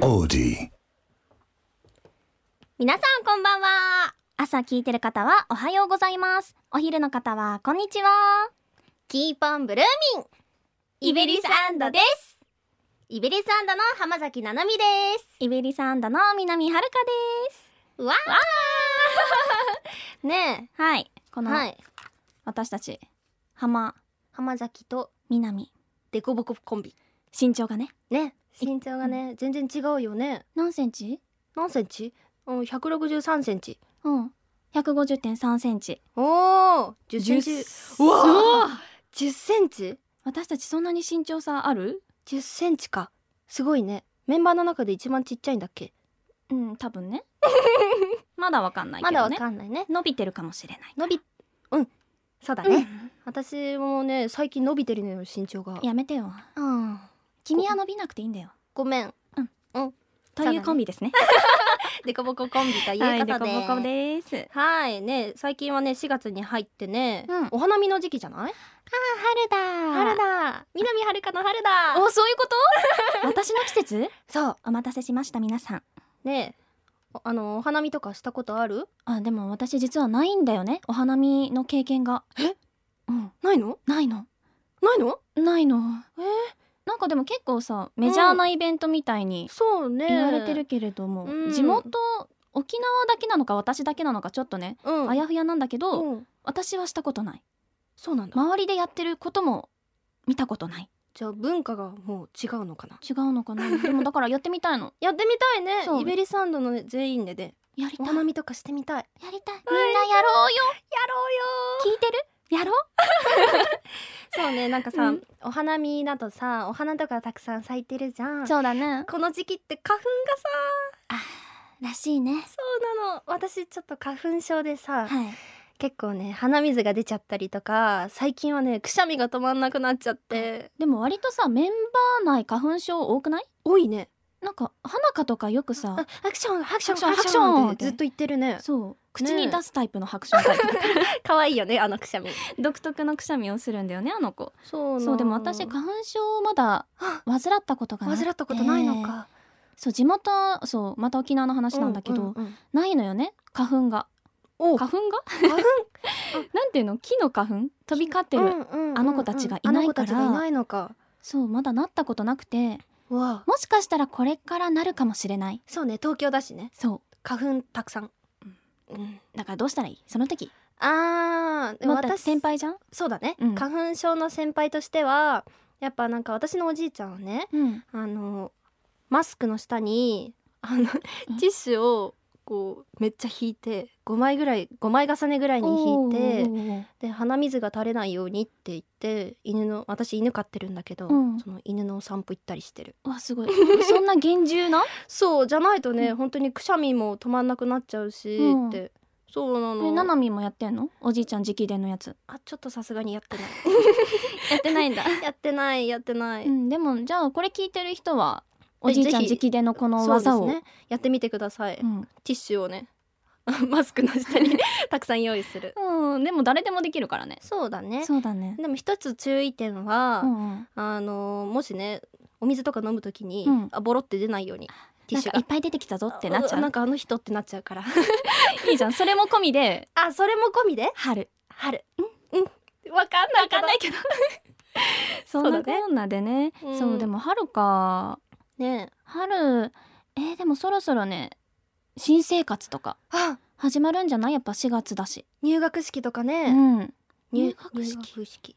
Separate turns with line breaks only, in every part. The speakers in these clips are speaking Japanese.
オーディ
皆さんこんばんは朝聞いてる方はおはようございますお昼の方はこんにちはキーポンブルーミンイベリスアンドです
イベリスアンドの浜崎七海で
イベリスアンドの南遥です
す。わー ね
はいこ
え、
の、
はい。
私たち浜
浜崎と
南
デコボココンビ。
身長がね
ね、身長がね、全然違うよね。
何センチ
何センチ？うん、百六十三センチ。
うん150.3センチ
おお、十センチ。うわー十センチ？
私たちそんなに身長差ある
十センチか。すごいね。メンバーの中で一番ちっちゃいんだっけ？
うん多分ね まだわかんないけ
まだ
ど
わ
ね
かんないね。
伸びてるかもしれない
伸び、うん、そうだね。私もね、最近伸びてるのよ身長が。
やめてよ
うん、
君は伸びなくていいんだよ
ごめん。
と
うだ
い
ね
うコンビですね
デコボココンビということで。
はい、デコボコです。春
はいね最近はね4月に入ってね、
うん
お花見の時期じゃない
だ
春だ南はるかの春だ
お、そういうこと 私の季節
そう
お待たせしました、皆さん。
ねおあのお花見とかしたことある
あ、でも私実はないんだよね。お花見の経験が。
え
うん、
ないの
ないの。
ないの
ないの。
え
なんかでも結構さ、メジャーなイベントみたいに
そうね
言われてるけれども、
うん
地元、沖縄だけなのか私だけなのかちょっとね、
うん
あやふやなんだけど、
うん
私はしたことない。
そうなんだ、
周りでやってることも見たことない。
じゃあ文化がもう違うのかな
違うの かなでもだからやってみたいの。
やってみたい
そう
ねイベリサンドのね全員でね
やりた
お
い。
花見とかしてみたい
やりたい。みんなやろうよ。
やろう
聞いてるやろう
そうねなんかさ、
うん
お花見だとさお花とかたくさん咲いてるじゃん
そうだね。
この時期って花粉がさ
らしいね。
そうなの私ちょっと花粉症でさ、
はい。
結構ね鼻水が出ちゃったりとか最近はねくしゃみが止まんなくなっちゃって
でも割とさ、メンバー内花粉症多くない
多いね
なんか、花香とかよく
あ
さ、
アクションアクションア
アク
ク
シ
シ
ョン
ョンっ
って
てずっと言ってるね
そう、口に出すタイプの拍手みたいな。
可愛いよねあのくしゃみ
独特のくしゃみをするんだよね、あの子。
そう
そう、でも私、花粉症まだ
あ
患ったことがなくて
患ったことないの。か
そう、地元、そう、また沖縄の話なんだけど、
うんうんうん
ないのよね、花粉が。
お
花粉が
花粉
なんていうの木の花粉飛び交ってる。
うんうんうん
あの子たちがいないから
あの子たちがいないのか
そう、まだなったことなくて、
うわ
もしかしたらこれからなるかもしれない。
そうね東京だしね
そう。
花粉たくさん
うん、
うん、
だからどうしたらいいその時
あーでも
また先輩じゃん
そうだね、
うん
花粉症の先輩としてはやっぱなんか私のおじいちゃんはね
うん
あのマスクの下にあの
ん
ティッシュをこうめっちゃ引いて5枚ぐらい5枚重ねぐらいに引いて
いて
で鼻水が垂れないようにって言って犬の私犬飼ってるんだけど、
うん
その犬のお散歩行ったりしてる
わすごいそんな厳重 な
そうじゃないとね、
う
本当にくしゃみも止まんなくなっちゃうし、
うん
ってそうな
え
の
ななみもやってんのおじいちゃん直伝のやつ
あちょっとさすが にやってない
やってないんだ、
やってないやってないう
んでもじゃあこれ聞いてる人はおじいちゃん
ぜひ
直伝のこの
そうで
技
す
を
ねやってみてください、テ
うん
ィッシュをね マスクの下 にたくさん用意する
うんでも誰でもできるからね
そうだね
そうだね
でも一つ注意点は、
うんうん
あのもしねお水とか飲むときに、
うん
あボロって出ないようにティ
な
ッ
ん
シ
か
ュ
い
が
っぱい出てきたぞってなっちゃ
あな
うん
かあの人ってなっちゃうから
いいじゃんそれも込みで
あそれも込みで
春
春うんうんわかんない
わかんないけどそんなこんなでね
そうだね
そう
うん
でも春か
ね
春えーでもそろそろね新生活とか
あ
始まるんじゃないやっぱ4月だし、
入学式とか
う
ね、
ん、
入
入学式
入学式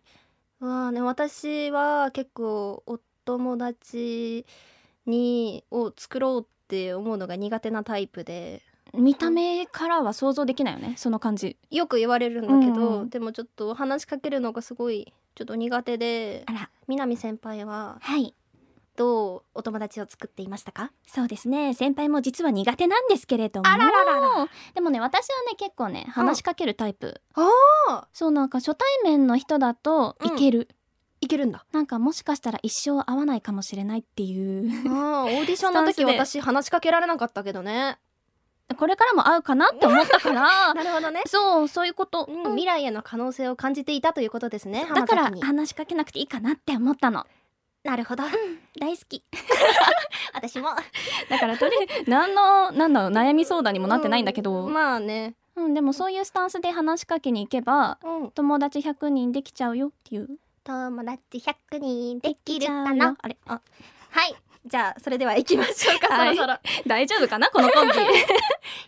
うわあね私は結構お友達にを作ろうって思うのが苦手なタイプで
見た目からは想像できないよねその感じ
よく言われるんだけど、
うんうん
でもちょっと話しかけるのがすごいちょっと苦手で
あら
南先輩は
はい
どうお友達を作っていましたか
そうですね先輩も実は苦手なんですけれども
あららら
でもね私はね結構ね話しかけるタイプ、
ああ
そうなんか初対面の人だといける、
いけるんだ
なんかもしかしたら一生会わないかもしれないっていう
ああオーディションの
スタ
時
ンスで
私話しかけられなかったけどね
これからも会うかなって思ったから
なるほどね、
そうそういうこと、
うん
うん
未来への可能性を感じていたということですね
だから
浜崎に
話しかけなくていいかなって思ったのなるほど、大好 き私も
だからとりあえず何のなんだろう悩み相談にもなってないんだけど、うん
まあね
でもそういうスタンスで話しかけに行けば
うん
友達100人できちゃうよっていう
友達100人できるかな
あれ
はい
じゃあそれでは行きましょうか、
はい
そろそろ
大丈夫かなこのコン ビ
い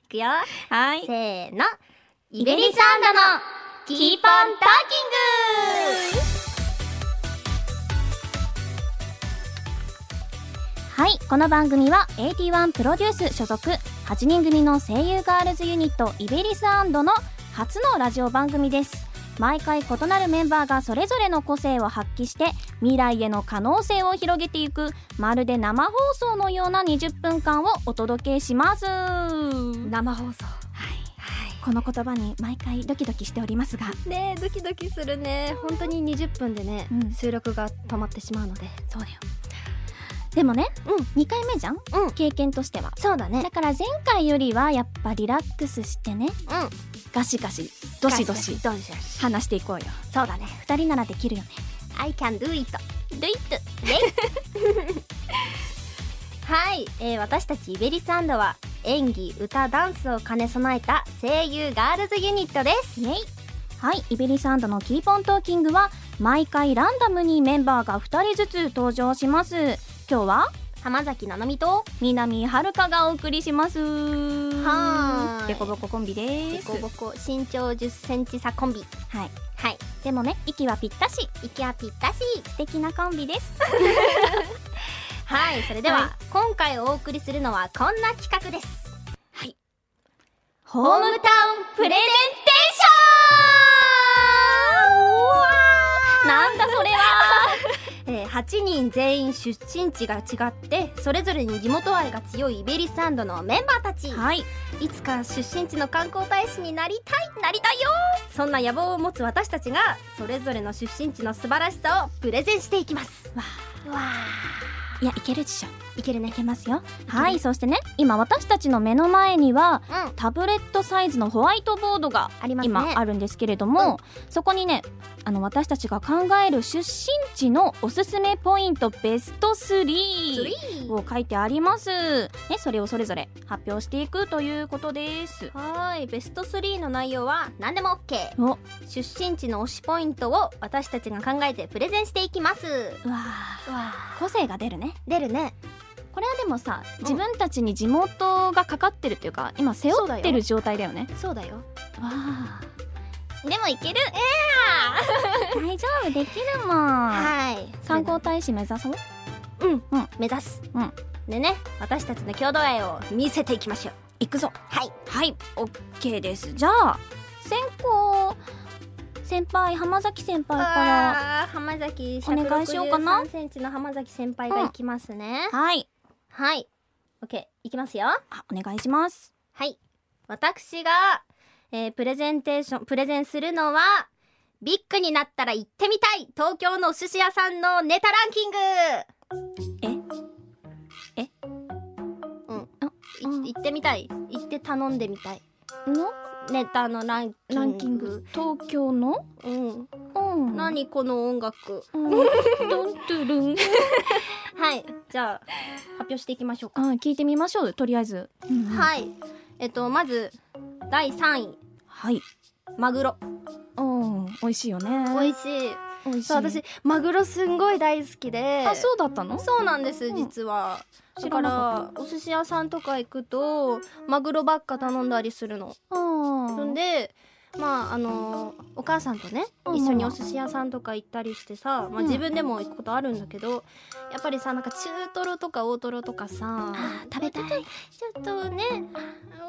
くよ
は
せ
い
ーのイベリサンドのキーポンターキングはいこの番組は81プロデュース所属8人組の声優ガールズユニットイベリスの初のラジオ番組です毎回異なるメンバーがそれぞれの個性を発揮して未来への可能性を広げていくまるで生放送のような20分間をお届けします
生放送
この言葉に毎回ドキドキしておりますが
ねえドキドキするね本当に20分でね、
うん
収録が止まってしまうので
そうだよでもね、
う
2回目じゃん、
うん
経験としては
そうだね
だから前回よりはやっぱリラックスしてね
うん
ガシガシどしどし
どしどし
話していこうよ
そうだね
2人ならできるよね
I can do it
ドイ ッ
はい、えー私たちイベリスは演技歌ダンスを兼ね備えた声優ガールズユニットです
イエイはいイベリサンドのキーポントーキングは毎回ランダムにメンバーが2人ずつ登場します今日は
浜崎ななみと
南遥香がお送りします
はーい
デコボココンビで
デ
す
コボコ身長1 0センチ差コンビ
はい
はい
でもね息はぴったし
息はぴったし
素敵なコンビです
はいそれでは、
はい
今回お送りするのはこんな企画です
ホ
ホームタウンプレゼンテーション
なんだそれは
えー、8人全員出身地が違ってそれぞれに地元愛が強いイベリスのメンバーたち
はい
いつか出身地の観光大使になりたいなりたいよそんな野望を持つ私たちがそれぞれの出身地の素晴らしさをプレゼンしていきます
わ
わ
いやいけるでしょ
ーいけるね
いけますよはいそしてね今私たちの目の前には
うんあ
タブレットサイズのホワイトボードが
りますね
今あるんですけれども、そこにねあの私たちが考える出身地のおすすめポイントベスト
スリ
3
ー
を書いてあります、ね、それをそれぞれ発表していくということです
はーいベスト3の内容は何でも OK
おわ
出身地の推しポイントを私たちが考えてプレゼンしていきます
あ
わ
個性が出るね
出るね
これはでもさ
ん
自分たちに地元がかかってるっていうか今背負ってる状態だよね
そうだよ
わあ
でもいける
大丈夫できるも
え
ん
はい
観光大使目指そう
うん、
うん
目指す、
うん
でね私たちの郷土愛を見せていきましょう
行くぞ
はい
はいオッケーですじゃあ先行先輩浜崎先輩か
あー浜崎
お願いしようかな
163センチの浜崎先輩がいきますね、
らはい
はいオッケーいきますよ
あお願いします
はい私が、えープレゼンテーションプレゼンするのはビッグになったら行ってみたい東京のお寿司屋さんのネタランキング
ええ
うん
あ
い
うん
行ってみたい行って頼んでみたい
の
ネタのランキング
ランキング東京の
うん、
うん
何この音楽
うん ドントゥルン
はいじゃあ発表していきましょう
あ
か、
聞いてみましょうとりあえず、い
はいえっとまず第3位
はい
マグロ
うん美味しいよね
美味しい
美味しい
そう私マグロすんごい大好きで
あそうだったの
そうなんです
うん
実は、だ
知
から
なかっ
らお寿司屋さんとか行くとマグロばっか頼んだりするの、
たうん
そんでまああのーお母さんとね、
うん
一緒にお寿司屋さんとか行ったりしてさ、まあ、
うん
自分でも行くことあるんだけど、やっぱりさなんか中トロとか大トロとかさ
あ食べたい
ちょっとね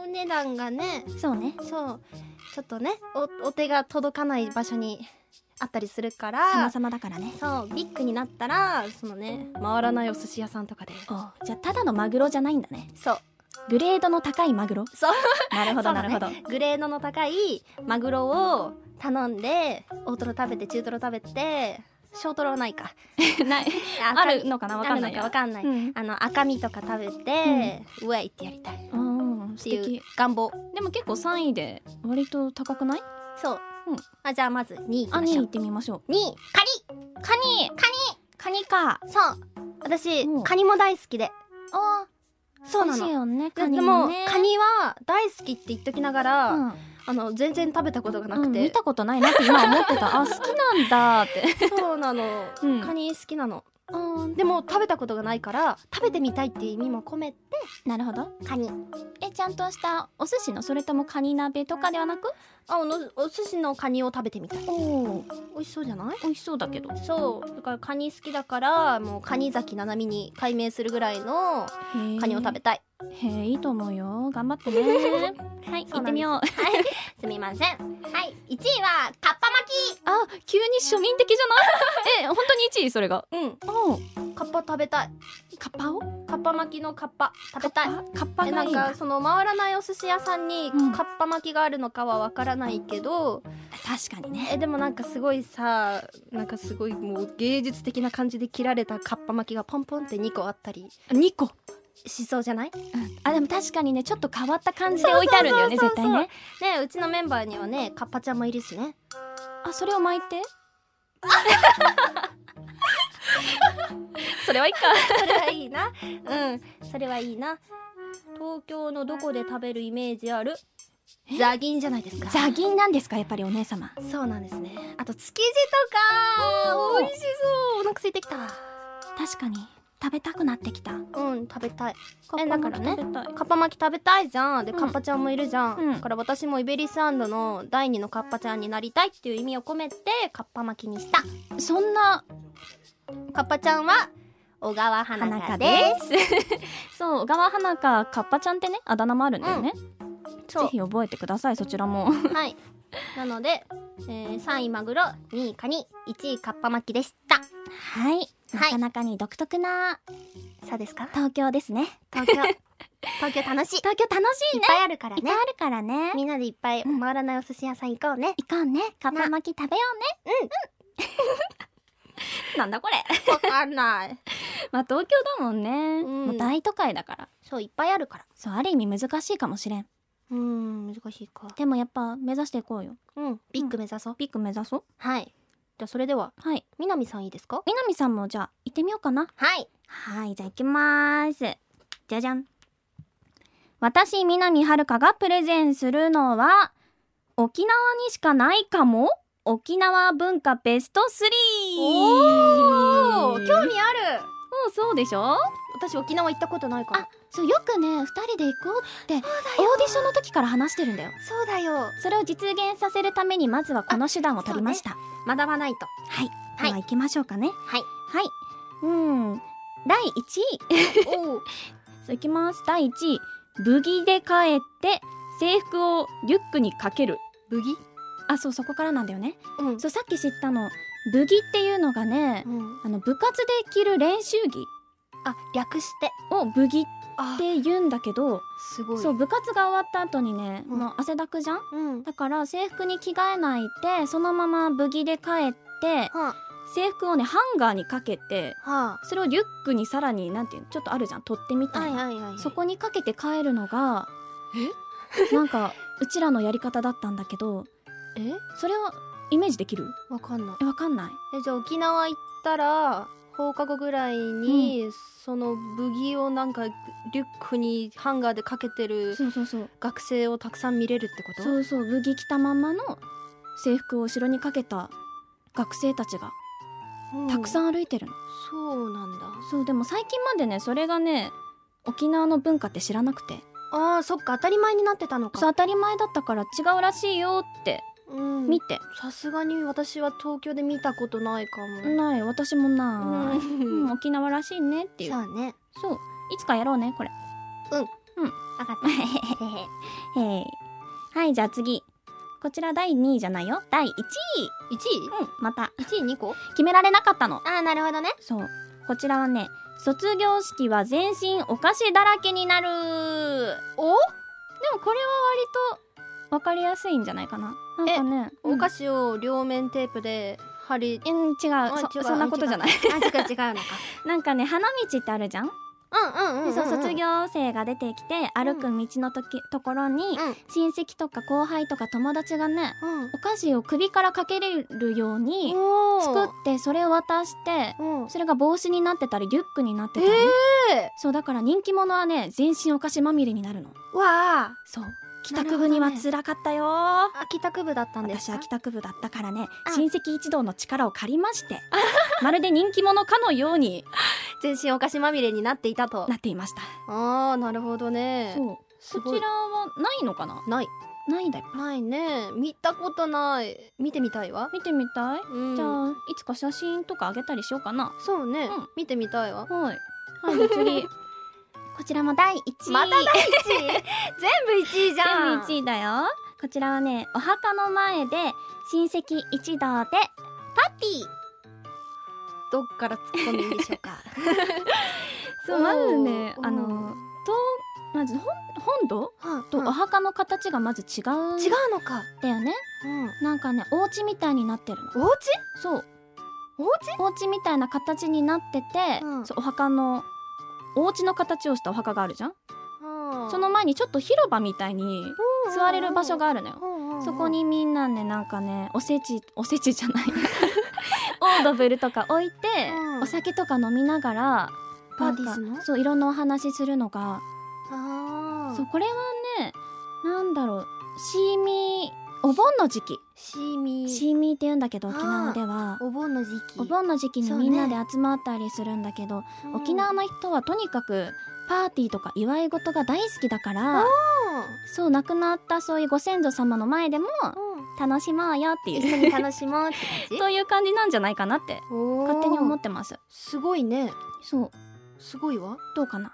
お値段がね
そうね
そうちょっとねおお手が届かない場所にあったりするから
様々だからね
そうビッグになったらそのね回らないお寿司屋さんとかで
おじゃあただのマグロじゃないんだね
そう
グレードの高いマグロ
そう
なるほ
そ
ど
うだ
なる
ね
ほど、
グレードの高いマグロを頼んで大トロ食べて中トロ食べて小トロはないか
ない
あ
あるのかなわ
あ
かん
る
ない
のか
や
わかんない、
うん
あの赤身とか食べて、ウェイってやりたいっ
うん素
てい
敵
う願望
でも結構3位で割と高くない
そう、
うん
あじゃあまず2位いき
あ
ま
に
しょ
行っ
う
てみましょ
2位カニ
うカニカニカニか
そう私
うん
カニも大好きで
あ
そうな
美味しい
の
よね
で
カニ
で
も
も
ね
カニは大好きって言っときながら、
うん
あの全然食べたことがな
う
く
ん
て、
見たことないなって今思ってたあ好きなんだ って
そうなの、
うん
カニ好きなの
うん
でも食べたことがないから食べてみたいっていう意味も込めて
なるほど
カニ
えちゃんとしたお寿司のそれともカニ鍋とかではなく
あおのお寿司のカニを食べてみたい
おお
美味しそうじゃない
美味しそうだけど
そうだからカニ好きだからもうカニ崎ななみに改名するぐらいのカ
カ
ニを食べたい、
へえいいと思うよ頑張って ねはい
そ
行
うなんです
ってみよう
すみませんはい1位はかっぱ巻き
あ急に庶民的じゃないえ本当に1位それが
うん
お
カッパ食べたい
カッパを
カッパ巻きのカッパ食べたい
カッパ
え
が
ない
い
ん
んだ
かその回らないお寿司屋さんに
うん
カッパ巻きがあるのかはわからないけど、
確かにね
えでもなんかすごいさなんかすごいもう芸術的な感じで切られたカッパ巻きがポンポンって2個あったり
2個
しそうじゃない
あでも確かにねちょっと変わった感じで置いてあるんだよね
そうそ
絶
うそう
対
そう
ね
ねうちのメンバーにはねカッパちゃんもいるしね
あそれを巻いて
それはいいか
それはいいな うんそれはいいな東京のどこで食べるイメージあるザギンじゃないですか
ザギンなんですかやっぱりお姉様
そうなんですねあと築地とか美味しそうお腹空いてきた
確かに食べたくなってきた
うん食べたい
え
えだからね
食べたい
カッパ巻き食べたいじゃんで、
うん
カッパちゃんもいるじゃん、
うん
だから私もイベリスアンドの第二のカッパちゃんになりたいっていう意味を込めてカッパ巻きにした
そんな
カッパちゃんは小川花
花
香
香
で
です。 そう、小川花香、カッパちゃんってね、あだ名もあるんだよね。
すそ
ぜひ覚えてください、そちらも。
うはいなので、えー、3位マグロ2位カニ1位カッパ巻きでした
はい、なかなかに独特な
そうですか
東京ですね。
東京 東京楽しい
東京楽しい
いっ
ね。
ぱいあるから
いっぱ
ね
いあるからね。
みんなでいっぱい回らないお寿司屋さん行こうね
行こうね、カッパ巻き食べようね。なんだこれ。
わかんない
まあ、東京だもんね。
うん
もう大都会だから。
そういっぱいあるから
そう、ある意味難しいかもしれん。
うん難しいか
でもやっぱ目指していこうよ。
うんビッグ目指そう、
ビッグ目指そう。
はいじゃあそれでは
はい。
南さんいいですか
南さんもじゃあ行ってみようかな。
はい
はい、じゃあ行きます。じゃじゃん。私、南遥香がプレゼンするのは、沖縄にしかないかも沖縄文化ベスト3
おー
今日
興味ある
もうそうでしょ
私沖縄行ったことないから
そう、よくね、2人で行こうって、オーディションの時から話してるんだよ。
そうだよ
それを実現させるために、まずはこの手段を取りました。
学ばないと
はい。
はい
では行きましょうかね。
はい
はい。うん。第1位。
おお
そういきます。第1位、ブギで帰って制服をリュックにかける。
ブギ
あ、そう、そこからなんだよね。
うん
そう、さっき知ったの。ブギっていうのがね、
うん
あの、部活で着る練習着
あ略して
をブギっ
あ
て言うんだけど、
すご
そう、部活が終わった後にね、
うん
もう汗だくじゃん
うん
だから制服に着替えないで、そのままブギで帰って、
は
制服をね、ハンガーにかけて、
あは
それをリュックにさらに、なんていうの、ちょっとあるじゃん、取ってみ
あ
たい
は。
ない
はいはい
そこにかけて帰るのがなんかうちらのやり方だったんだけど
え
それをイメージできる
わかんない
えわかんない
えじゃあ沖縄行ったら放課後ぐらいに、そのブギをなんかリュックにハンガーでかけてる
そうそうそう
学生をたくさん見れるってこと
そうそうブギ着たままの制服を後ろにかけた学生たちが
うん
たくさん歩いてるの、
そうなんだ
そうでも最近までねそれがね沖縄の文化って知らなくて
あーそっか当たり前になってたの
そう
か
当たり前だったから違うらしいよって
うん
見て、
さすがに私は東京で見たことないかも
ない私もない、うん
ん
沖縄らしいねっていう
そうね
そういつかやろうねこれ
分か っ
へいはいじゃあ次こちら第2位じゃないよ第1位
1位
また
?1 位2個
決められなかったの
ああなるほどね
そうこちらはね卒業式は全身お菓子だらけになるで
お
もこれは割と分かりやすいんじゃないかななんかね
お
子
菓子を両面テープで貼り
うん違う
あ
そ
違う
そんなことじゃない
あ違う違うのか
なんかね花道ってあるじゃん
うんうんうん
でそう卒
っ
業生が出てきて歩く道のときところに、
うん
親戚とか後輩とか友達がね
うん
お菓子を首からかけれるように
おー
作ってそれを渡して
うん
それが帽子になってたりリュックになってたり、
え
そうだから人気者はね全身お菓子まみれになるの
ーわあ
そう帰
なる
宅
ほど
部
ね
には辛かったよ、
秋田区部だったんです
私
か
は帰宅部だったからね
あ
親戚一同の力を借りましてまるで人気者かのよう に
全身お菓子まみれになっていたと
なっていました
ああなるほどね
そう
す
こ
ごい
ちらはないのかな
ない
ないんだよ
ないね見たことない見てみたいわ、
見てみたい
うん
じゃあいつか写真とかあげたりしようかな
そうね、
うん
見てみたいわ
はいはいお次こちらも第1位
また第一位 全部一位じゃん
全部1位だよこちらはねお墓の前で親戚一同でパピー
どっから突っ込んでいいんでしょう か
そうまずね
おー
あのとまず本本土
は
とお墓の形がまず違うん
違うのか、
だよね
うん、
なんかねお家みたいになってるの
お家
そう
お
お家みたいな形になってて、
うん
そうお墓のお家の形をしたお墓があるじゃん
家
その前にちょっと広場みたいに座れる場所があるのよそこにみんなねなんかねおせちおせちじゃない オードブルとか置いて、
うん
お酒とか飲みながら
パーティーするの
なんかそういろんなお話するのが、
あー
そうこれはねなんだろうシーミーお盆の時期
シーミー
シーミーって言うんだけど沖縄では
お盆の時期
お盆の時期に
そうね
みんなで集まったりするんだけど、
うん
沖縄の人はとにかくパーティーとか祝い事が大好きだからそう亡くなったそういうご先祖様の前でも
うんうん
楽しもうよっていう
一緒に楽しもうって 感じ
という感じなんじゃないかなって勝手に思
っ
ってます
すごいね
そう
すごいわ
どうかな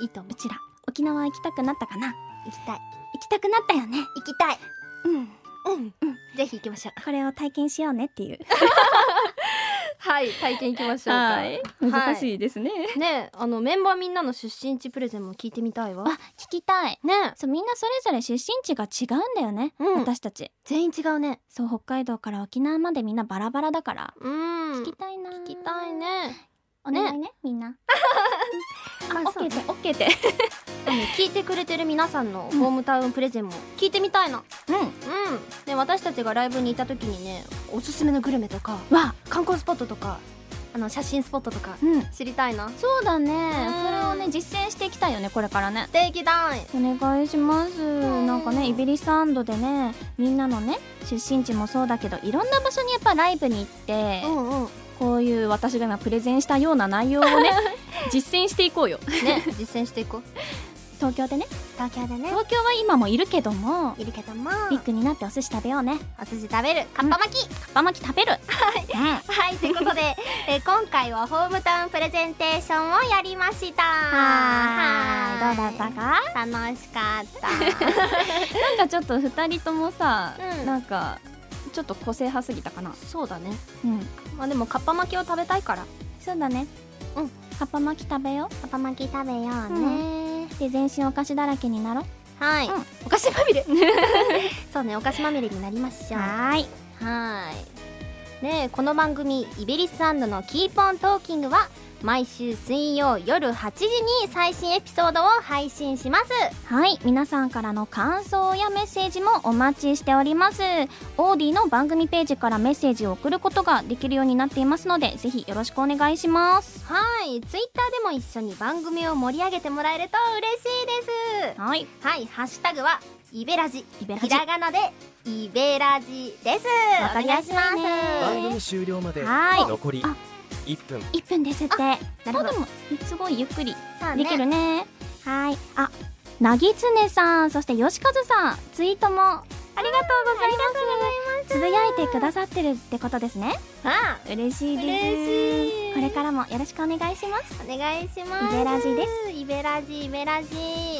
い
いと思
うちら沖縄行きたくなったかな
行きたい
行きたくなったよね
行きたい
うん
うんぜひ行きましょう
これを体験しようねっていう
はい体験行きましょうか
はい難しいですね、
ねあのメンバーみんなの出身地プレゼンも聞いてみたいわ
あ聞きたい
ね
そうみんなそれぞれ出身地が違うんだよね、
うん
私たち
全員違うね
そう北海道から沖縄までみんなバラバラだから、
うん
聞きたいな聞
聞きたいね
お願いねみんなあ
あそう
ケーってオッケーって
でも聞いてくれてる皆さんのホームタウンプレゼンも聞いてみたいな
う
うんね私たちがライブにいた時にねおすすめのグルメとか
んわ
観光スポットとかあの写真スポットとか
うん
知りたいな
そうだね
ん
それをね実践していきたいよねこれからね
定期団員
お願いします、
ん
なんかねイベリサンドでねみんなのね出身地もそうだけどいろんな場所にやっぱライブに行って、
んうん
こういう私が今プレゼンしたような内容を ね実践していこうよ
ね実践していこう
東京でね
東京でね
東京は今もいるけども
いるけども
ビッグになってお寿司食べようね
お寿司食べるかっぱ巻き、
かっぱ巻き食べるはい、
はいということ で、えー今回はホームタウンプレゼンテーションをやりました
はーいどうだったか
った楽しかった
なんかちょっと二人ともさ、
うん
なんかちょっと個性派すぎたかな
そうだね
うん
まあでもかっぱ巻きを食べたいから
そうだね
うん
かっぱ巻き食べよ
かっぱ巻き食べようね、
うで全身お菓子だらけになろ
はい、
うん
お菓子まみれそうねお菓子まみれになりまし
う
ょうは
ーい
いねえこの番組「イベリスサンドのキーポントーキング」は毎週水曜夜8時に最新エピソードを配信します
はい皆さんからの感想やメッセージもお待ちしておりますオーディの番組ページからメッセージを送ることができるようになっていますのでぜひよろしくお願いします
はいツイッターでも一緒に番組を盛り上げてもらえると嬉しいです
はい
はいハッシュタグはイベラジ
イベラ
ひ
ジ
らがなでイベラジです
わかりやすいね
お願いします
番組終了まで
はーい
残り
あ
1分
1分ですってな
なるほど
でもすごいゆっくり
そうね
できるねはいあなぎつねさんそしてよしかずさんツイートもありがとうございますつぶやいてくださってるってことですね
あ
嬉しいです
嬉しい
これからもよろしくお願いします
お願いします
イベラジです
イベラジイベラジ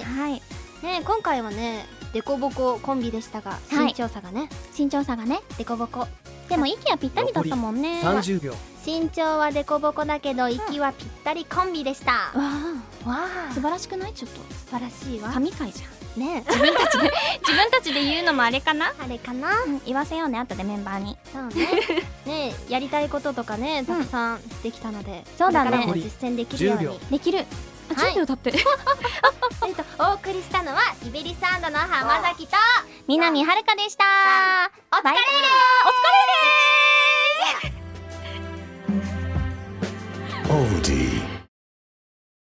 はい
ね今回はねデコボココンビでしたが
い
身長差がね、
身長差がね
デコボコ
でも息はぴったりだったもんね。わ
30秒
身長はデコボコだけど息はぴったりコンビでした、わ
あ、
あ
素
素
晴らしくないちょっと。
晴らしいわ
神回じゃん。
ね
自分たちで自分たちで言うのもあれかな。
あれかな
うん、言わせようね後でメンバーに。
そうね ねやりたいこととかねたくさんできたので、
そうだね
これからも実践できるように
10秒
できる。はい
10秒経って、
えっと、
お送りしたのはイベリスアンドの浜崎と
南はるかでした
お疲れ
バイバイ
お疲れです
Odie.